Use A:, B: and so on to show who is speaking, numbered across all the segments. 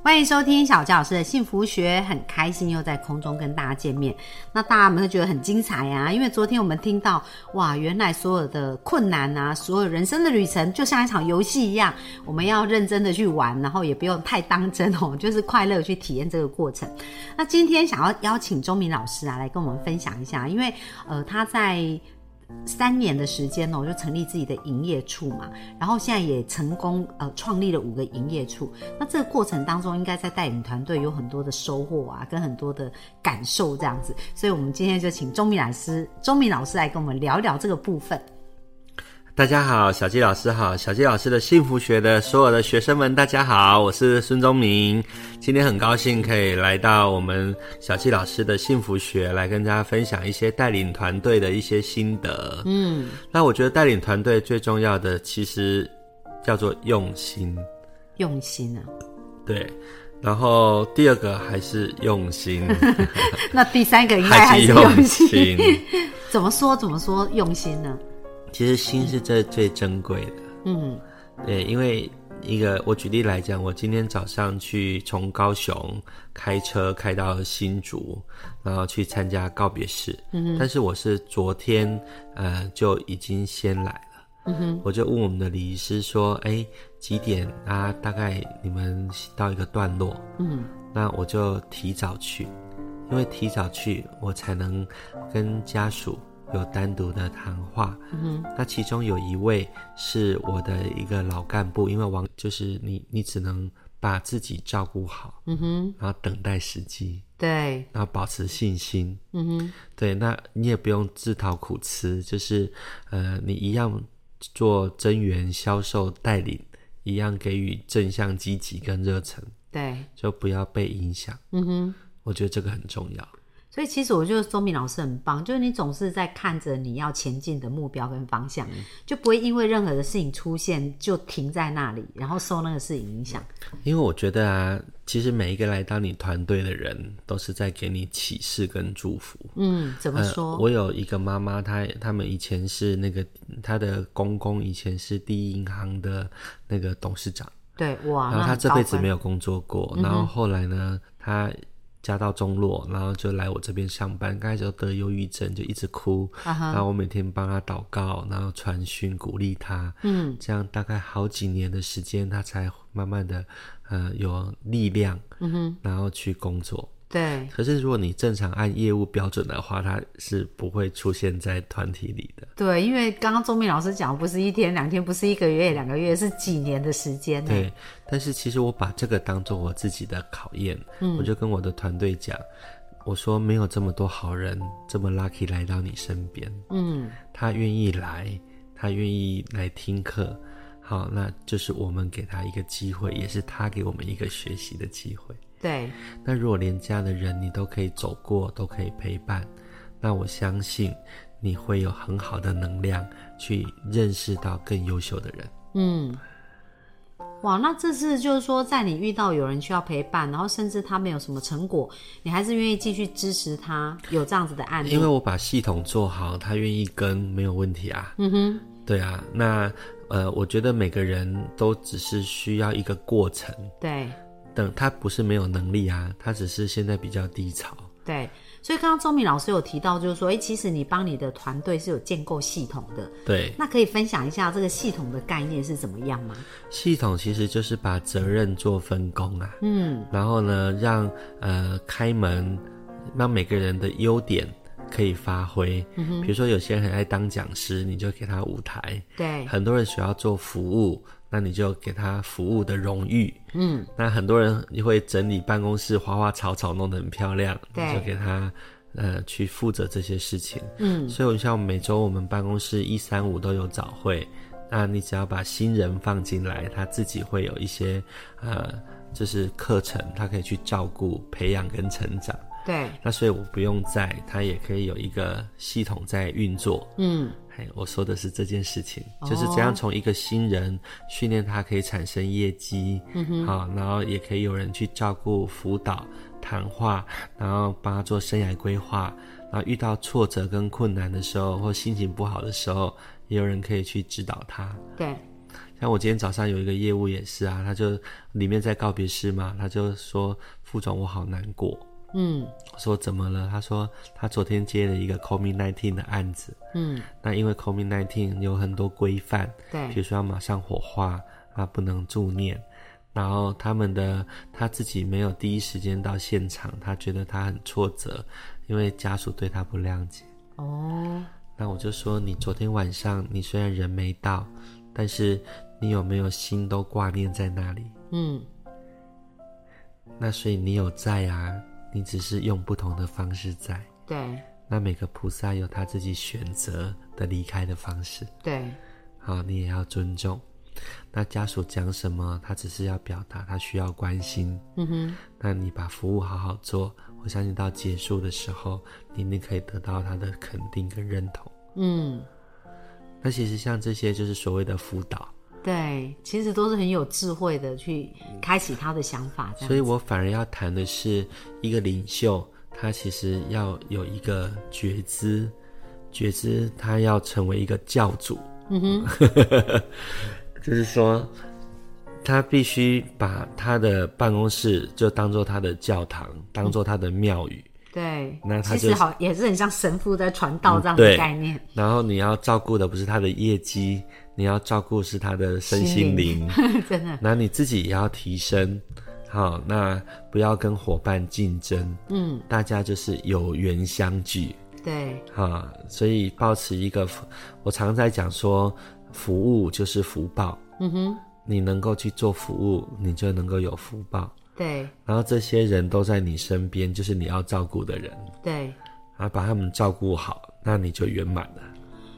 A: 欢迎收听小纪老师的幸福学，很开心又在空中跟大家见面。那大家们会觉得很精彩啊，因为昨天我们听到，哇，原来所有的困难啊，所有人生的旅程就像一场游戏一样，我们要认真的去玩，然后也不用太当真哦， 就是快乐去体验这个过程。那今天想要邀请钟明老师啊，来跟我们分享一下，因为呃他在。三年的时间哦呢，我就成立自己的营业处嘛，然后现在也成功呃创立了五个营业处。那这个过程当中，应该在带领团队有很多的收获啊，跟很多的感受这样子。所以，我们今天就请钟明老师，钟明老师来跟我们聊聊这个部分。
B: 大家好，小纪老师好，小纪老师的幸福学的所有的学生们，大家好，我是孙宗明。今天很高兴可以来到我们小纪老师的幸福学，来跟大家分享一些带领团队的一些心得。嗯，那我觉得带领团队最重要的其实叫做用心，
A: 用心啊，
B: 对。然后第二个还是用心，
A: 那第三个 应该还是用
B: 用
A: 心。
B: 心。
A: 怎么说？怎么说用心呢？
B: 其实心是最最珍贵的。
A: 嗯
B: 对，因为一个我举例来讲，我今天早上去从高雄开车开到新竹，然后去参加告别式。嗯但是我是昨天呃就已经先来了。嗯哼，我就问我们的礼仪师说：“哎，几点啊？大概你们到一个段落。”
A: 嗯，
B: 那我就提早去，因为提早去，我才能跟家属有单独的谈话。嗯，那其中有一位是我的一个老干部，因为王就是你，你只能把自己照顾好，
A: 嗯哼，
B: 然后等待时机，
A: 对，
B: 然后保持信心。
A: 嗯哼，
B: 对，那你也不用自讨苦吃，就是呃，你一样做增援、销售、带领，一样给予正向、积极跟热忱，
A: 对，
B: 就不要被影响。
A: 嗯哼。
B: 我觉得这个很重要。
A: 所以其实我觉得周敏老师很棒，就是你总是在看着你要前进的目标跟方向，就不会因为任何的事情出现就停在那里，然后受那个事情影响。
B: 因为我觉得啊，其实每一个来到你团队的人，都是在给你启示跟祝福。
A: 嗯，怎么说？
B: 呃我有一个妈妈，她他们以前是那个她的公公以前是第一银行的那个董事长，
A: 对，哇，
B: 然
A: 那
B: 后她
A: 很嗯
B: 这
A: 高
B: 辈子
A: 分
B: 没有工作过，然后后来呢，她家道中落，然后就来我这边上班，刚开始都得忧郁症，就一直哭，
A: 啊哈
B: 然后我每天帮她祷告，然后传讯鼓励她，嗯，这样大概好几年的时间，她才慢慢的呃有力量，嗯哼，然后去工作，
A: 对，
B: 可是如果你正常按业务标准的话，它是不会出现在团体里的。
A: 对，因为刚刚钟敏老师讲，不是一天两天，不是一个月两个月，是几年的时间呢？
B: 对，但是其实我把这个当做我自己的考验，我就跟我的团队讲，我说没有这么多好人这么 lucky 来到你身边，
A: 嗯，
B: 他愿意来，他愿意来听课，好，那就是我们给他一个机会，也是他给我们一个学习的机会。
A: 对，
B: 那如果连这样的人你都可以走过，都可以陪伴，那我相信你会有很好的能量去认识到更优秀的人。
A: 嗯。哇，那这次就是说，在你遇到有人需要陪伴，然后甚至他没有什么成果，你还是愿意继续支持他，有这样子的案例，
B: 因为我把系统做好，他愿意跟没有问题啊。
A: 嗯哼，
B: 对啊，那呃，我觉得每个人都只是需要一个过程，
A: 对，
B: 等他不是没有能力啊，他只是现在比较低潮。
A: 对，所以刚刚周敏老师有提到，就是说，哎，其实你帮你的团队是有建构系统的，
B: 对，
A: 那可以分享一下这个系统的概念是怎么样吗？
B: 系统其实就是把责任做分工啊。
A: 嗯，
B: 然后呢，让呃开门，让每个人的优点可以发挥。嗯、比如说，有些人很爱当讲师，你就给他舞台；
A: 对，
B: 很多人想要做服务，那你就给他服务的荣誉。嗯，那很多人你会整理办公室，花花草草弄得很漂亮，你
A: 对
B: 就给他。呃，去负责这些事情，
A: 嗯，
B: 所以我像每周我们办公室一三五都有早会，那你只要把新人放进来，他自己会有一些呃，就是课程，他可以去照顾、培养跟成长。
A: 对，
B: 那所以我不用在，他也可以有一个系统在运作。
A: 嗯，
B: 嘿，哎我说的是这件事情，就是怎样从一个新人训练他可以产生业绩，好、然后也可以有人去照顾、辅导、谈话，然后帮他做生涯规划。然后遇到挫折跟困难的时候，或心情不好的时候，也有人可以去指导他。
A: 对，
B: 像我今天早上有一个业务也是啊，他就里面在告别式嘛，他就说副总我好难过，
A: 嗯
B: 我说怎么了？他说他昨天接了一个 COVID 1 9的案子，
A: 嗯，
B: 那因为 COVID 1 9有很多规范，比
A: 对
B: 如说要马上火化，啊不能助念，然后他们的他自己没有第一时间到现场，他觉得他很挫折，因为家属对他不谅解。
A: 哦，
B: 那我就说，你昨天晚上你虽然人没到，但是你有没有心都挂念在那里？
A: 嗯
B: 那所以你有在啊，你只是用不同的方式在。
A: 对
B: 那每个菩萨有他自己选择的离开的方式，
A: 对
B: 好，你也要尊重。那家属讲什么，他只是要表达他需要关心。嗯哼，那你把服务好好做，我相信到结束的时候，你一定可以得到他的肯定跟认同。
A: 嗯
B: 那其实像这些就是所谓的辅导，
A: 对，其实都是很有智慧的去开启他的想法，这样
B: 所以我反而要谈的是一个领袖，他其实要有一个觉知，觉知他要成为一个教主。嗯哼， 就是说，他必须把他的办公室就当做他的教堂，当做他的庙宇。
A: 对，
B: 那他
A: 其
B: 就
A: 实
B: 是
A: 好也是很像神父在传道这样
B: 嗯
A: 的
B: 对
A: 概念，
B: 然后你要照顾的不是他的业绩，你要照顾是他的身心灵。
A: 真的
B: 那你自己也要提升，好，那不要跟伙伴竞争，嗯，大家就是有缘相聚，
A: 对
B: 哈，所以保持一个服，我常在讲说，服务就是福报，嗯哼，你能够去做服务，你就能够有福报，
A: 对
B: 然后这些人都在你身边，就是你要照顾的人，
A: 对。
B: 啊，把他们照顾好，那你就圆满了。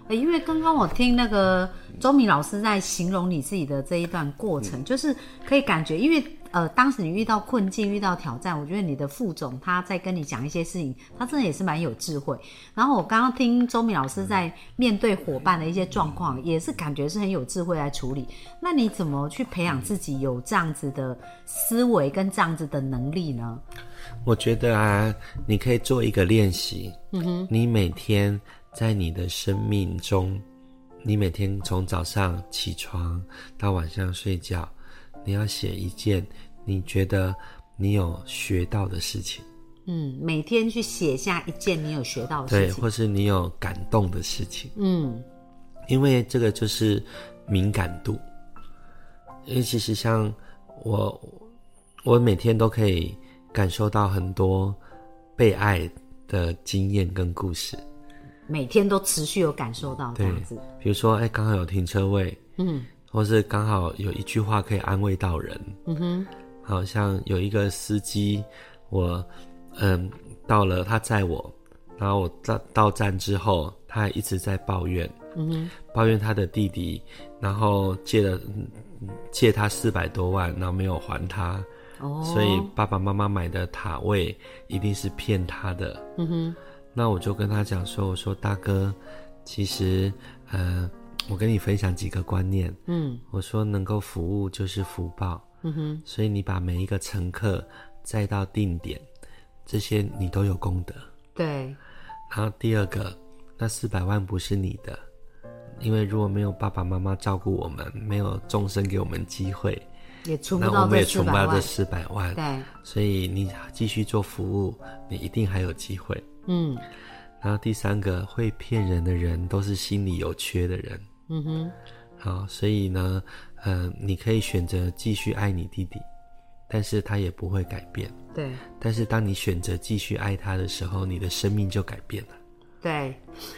A: 欸因为刚刚我听那个周敏老师在形容你自己的这一段过程，就是可以感觉，因为呃，当时你遇到困境、遇到挑战，我觉得你的副总他在跟你讲一些事情，他真的也是蛮有智慧。然后我刚刚听周敏老师在面对伙伴的一些状况，也是感觉是很有智慧来处理。那你怎么去培养自己有这样子的思维跟这样子的能力呢？
B: 我觉得啊，你可以做一个练习。嗯哼，你每天在你的生命中，你每天从早上起床到晚上睡觉，你要写一件你觉得你有学到的事情，
A: 嗯，每天去写下一件你有学到的
B: 对，
A: 事情。
B: 或是你有感动的事情，
A: 嗯，
B: 因为这个就是敏感度。因为其实像我，我每天都可以感受到很多被爱的经验跟故事。
A: 每天都持续有感受到这样子。
B: 比如说，哎、刚好有停车位，
A: 嗯
B: 或是刚好有一句话可以安慰到人。
A: 嗯哼，
B: 好像有一个司机，我嗯到了，他载我，然后我到到站之后，他还一直在抱怨，
A: 嗯哼，
B: 抱怨他的弟弟，然后借了嗯借他四百多万，然后没有还他，
A: 哦，
B: 所以爸爸妈妈买的塔位一定是骗他的。
A: 嗯哼，
B: 那我就跟他讲说，我说大哥，其实呃，我跟你分享几个观念。
A: 嗯
B: 我说能够服务就是福报，
A: 嗯哼，
B: 所以你把每一个乘客载到定点，这些你都有功德。
A: 对
B: 然后第二个，那四百万不是你的，因为如果没有爸爸妈妈照顾我们，没有众生给我们机会，
A: 也存
B: 那
A: 不
B: 我
A: 到
B: 们
A: 这
B: 也
A: 四
B: 存不
A: 百
B: 到
A: 万
B: 这，四百万。
A: 对，
B: 所以你继续做服务，你一定还有机会。
A: 嗯
B: 然后第三个，会骗人的人都是心里有缺的人。
A: 嗯哼，
B: 好，所以呢，呃，你可以选择继续爱你弟弟，但是他也不会改变。
A: 对
B: 但是当你选择继续爱他的时候，你的生命就改变了。
A: 对，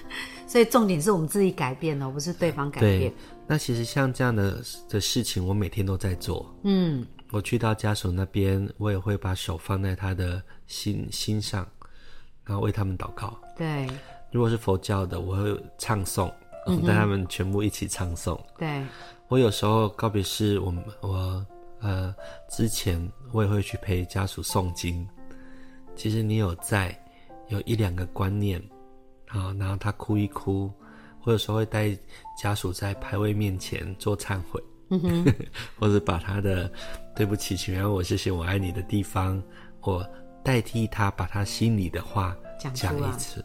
A: 所以重点是我们自己改变哦，不是对方改
B: 对
A: 变。，
B: 那其实像这样的的事情，我每天都在做。
A: 嗯
B: 我去到家属那边，我也会把手放在他的心心上，然后为他们祷告。
A: 对
B: 如果是佛教的，我会唱诵，
A: 嗯
B: 我带他们全部一起唱诵。
A: 对
B: 我有时候告别式，我们我呃之前我也会去陪家属诵经。其实你有在有一两个观念，好，然后他哭一哭，我有时候会带家属在牌位面前做忏悔，
A: 嗯哼，
B: 或者把他的对不起、请原谅我、谢谢我、爱你的地方，我代替他把他心里的话
A: 讲出
B: 讲
A: 来嗯
B: 一次。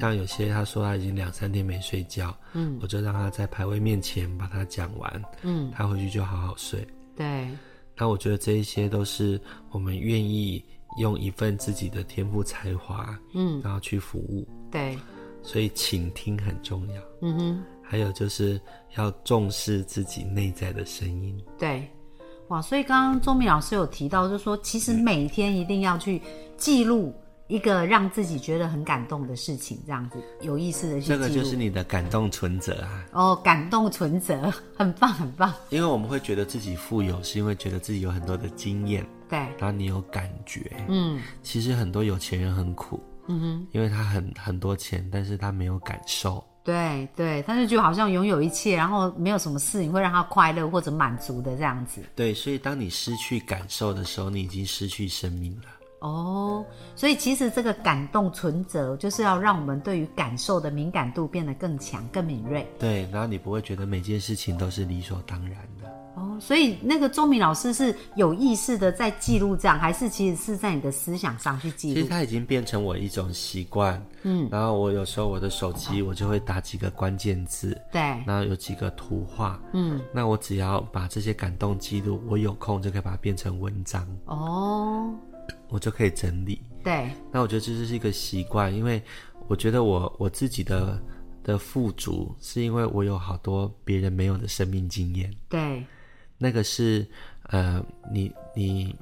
B: 像有些他说他已经两三天没睡觉，嗯，我就让他在牌位面前把它讲完，
A: 嗯，
B: 他回去就好好睡。
A: 对，
B: 那我觉得这一些都是我们愿意用一份自己的天赋才华，
A: 嗯，
B: 然后去服务，
A: 对，
B: 所以倾听很重要。
A: 嗯哼，
B: 还有就是要重视自己内在的声音，
A: 对，哇，所以刚刚钟明老师有提到，就是说其
B: 嗯
A: 实每天一定要去记录一个让自己觉得很感动的事情，这样子有意思的去记
B: 这
A: 录。
B: 个就是你的感动存折啊。
A: 哦，感动存折， 很棒，很棒。
B: 因为我们会觉得自己富有，是因为觉得自己有很多的经验，
A: 对，
B: 然后你有感觉。
A: 嗯
B: 其实很多有钱人很苦，
A: 嗯哼，
B: 因为他很很多钱，但是他没有感受。
A: 对对，他就觉得好像拥有一切，然后没有什么事情会让他快乐或者满足的这样子。
B: 对，所以当你失去感受的时候，你已经失去生命了。
A: 哦，所以其实这个感动存折就是要让我们对于感受的敏感度变得更强、更敏锐。
B: 对，然后你不会觉得每件事情都是理所当然的。
A: 哦，所以那个钟明老师是有意识的在记录这样，还是其实是在你的思想上去记
B: 其实
A: 录？
B: 它已经变成我一种习惯。嗯，然后我有时候我的手机我就会打几个关键字，
A: 对，
B: 然后有几个图画。
A: 嗯，
B: 那我只要把这些感动记录，我有空就可以把它变成文章，
A: 哦，
B: 我就可以整理。
A: 对，
B: 那我觉得这就是一个习惯，因为我觉得我我自己的的富足，是因为我有好多别人没有的生命经验。
A: 对，
B: 那个是呃，你你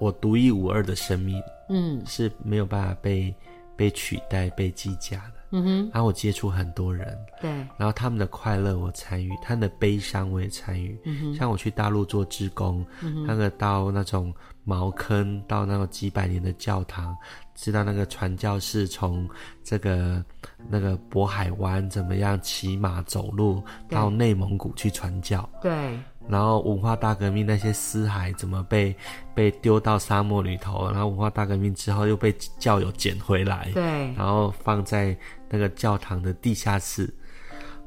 B: 我独一无二的生命
A: 嗯
B: 是没有办法被被取代、被计价的。
A: 嗯哼，
B: 然后我接触很多人，
A: 对，
B: 然后他们的快乐我参与，他们的悲伤我也参与。像我去大陆做志工，那个到那种茅坑，到那种几百年的教堂，知道那个传教士从这个那个渤海湾怎么样骑马走路到内蒙古去传教。
A: 对，
B: 然后文化大革命那些尸骸怎么被被丢到沙漠里头，然后文化大革命之后又被教友捡回来，
A: 对，
B: 然后放在那个教堂的地下室。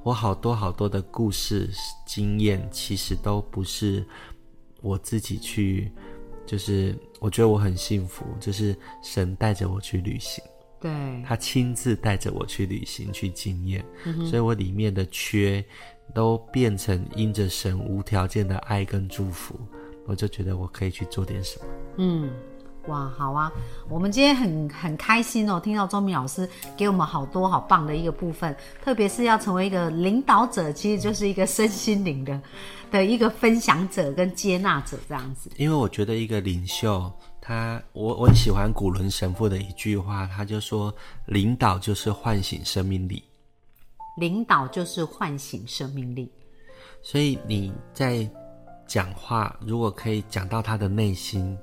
B: 我好多好多的故事经验，其实都不是我自己去，就是我觉得我很幸福，就是神带着我去旅行，
A: 对，
B: 他亲自带着我去旅行去经验，所以我里面的缺都变成因着神无条件的爱跟祝福，我就觉得我可以去做点什么。
A: 嗯，哇，好啊！我们今天很很开心哦，听到钟明老师给我们好多好棒的一个部分，特别是要成为一个领导者，其实就是一个身心灵的的一个分享者跟接纳者这样子。
B: 因为我觉得一个领袖，他我我很喜欢古伦神父的一句话，他就说，领导就是唤醒生命力。
A: 领导就是唤醒生命力，
B: 所以你在讲话，如果可以讲到他的内心，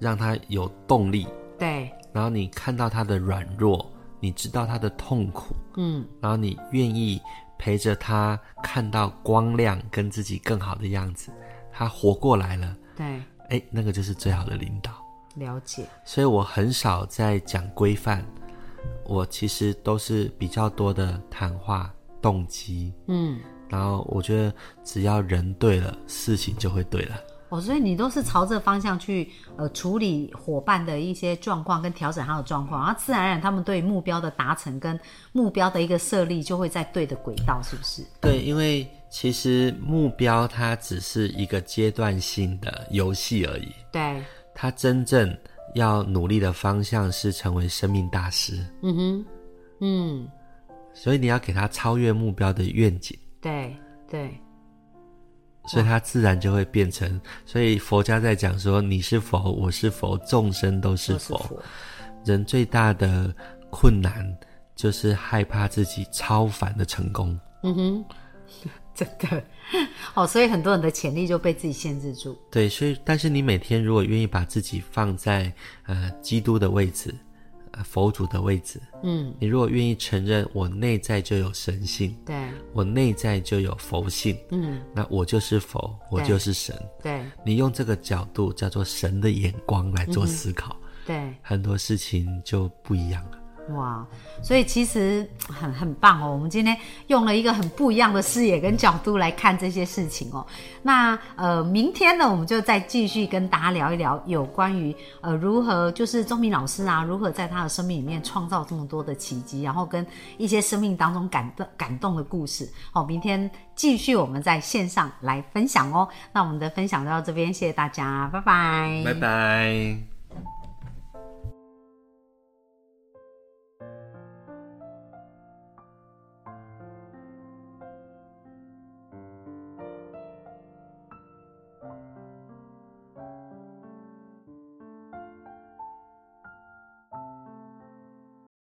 B: 让他有动力，
A: 对，
B: 然后你看到他的软弱，你知道他的痛苦，
A: 嗯，
B: 然后你愿意陪着他看到光亮跟自己更好的样子，他活过来了，
A: 对，
B: 哎，那个就是最好的领导。
A: 了解，
B: 所以我很少在讲规范，我其实都是比较多的谈话动机，
A: 嗯，
B: 然后我觉得只要人对了，事情就会对了。
A: 哦，所以你都是朝这方向去呃处理伙伴的一些状况跟调整他的状况，然后自然而然他们对目标的达成跟目标的一个设立就会在对的轨道，是不是？
B: 对，因为其实目标它只是一个阶段性的游戏而已，
A: 对，
B: 它真正要努力的方向是成为生命大师，
A: 嗯哼，嗯，
B: 所以你要给他超越目标的愿景。
A: 对对，
B: 所以它自然就会变成，所以佛家在讲说你是佛，我是佛，众生都是
A: 都
B: 佛。人最大的困难就是害怕自己超凡的成功。
A: 嗯哼， 真的， 哦，所以很多人的潜力就被自己限制住，
B: 对，所以但是你每天如果愿意把自己放在呃基督的位置，呃佛祖的位置，
A: 嗯，
B: 你如果愿意承认我内在就有神性，
A: 对
B: 我内在就有佛性，
A: 嗯，
B: 那我就是佛，我
A: 对
B: 就是神。
A: 对
B: 你用这个角
A: 嗯
B: 度叫做神的眼光来做思考。
A: 对，
B: 很多事情就不一样了。
A: 哇，所以其实很很棒哦。我们今天用了一个很不一样的视野跟角度来看这些事情哦。那呃，明天呢，我们就再继续跟大家聊一聊有关于呃如何就是钟明老师啊，如何在他的生命里面创造这么多的奇迹，然后跟一些生命当中感动感动的故事。好、明天继续我们在线上来分享哦。那我们的分享就到这边，谢谢大家，拜拜，
B: 拜拜。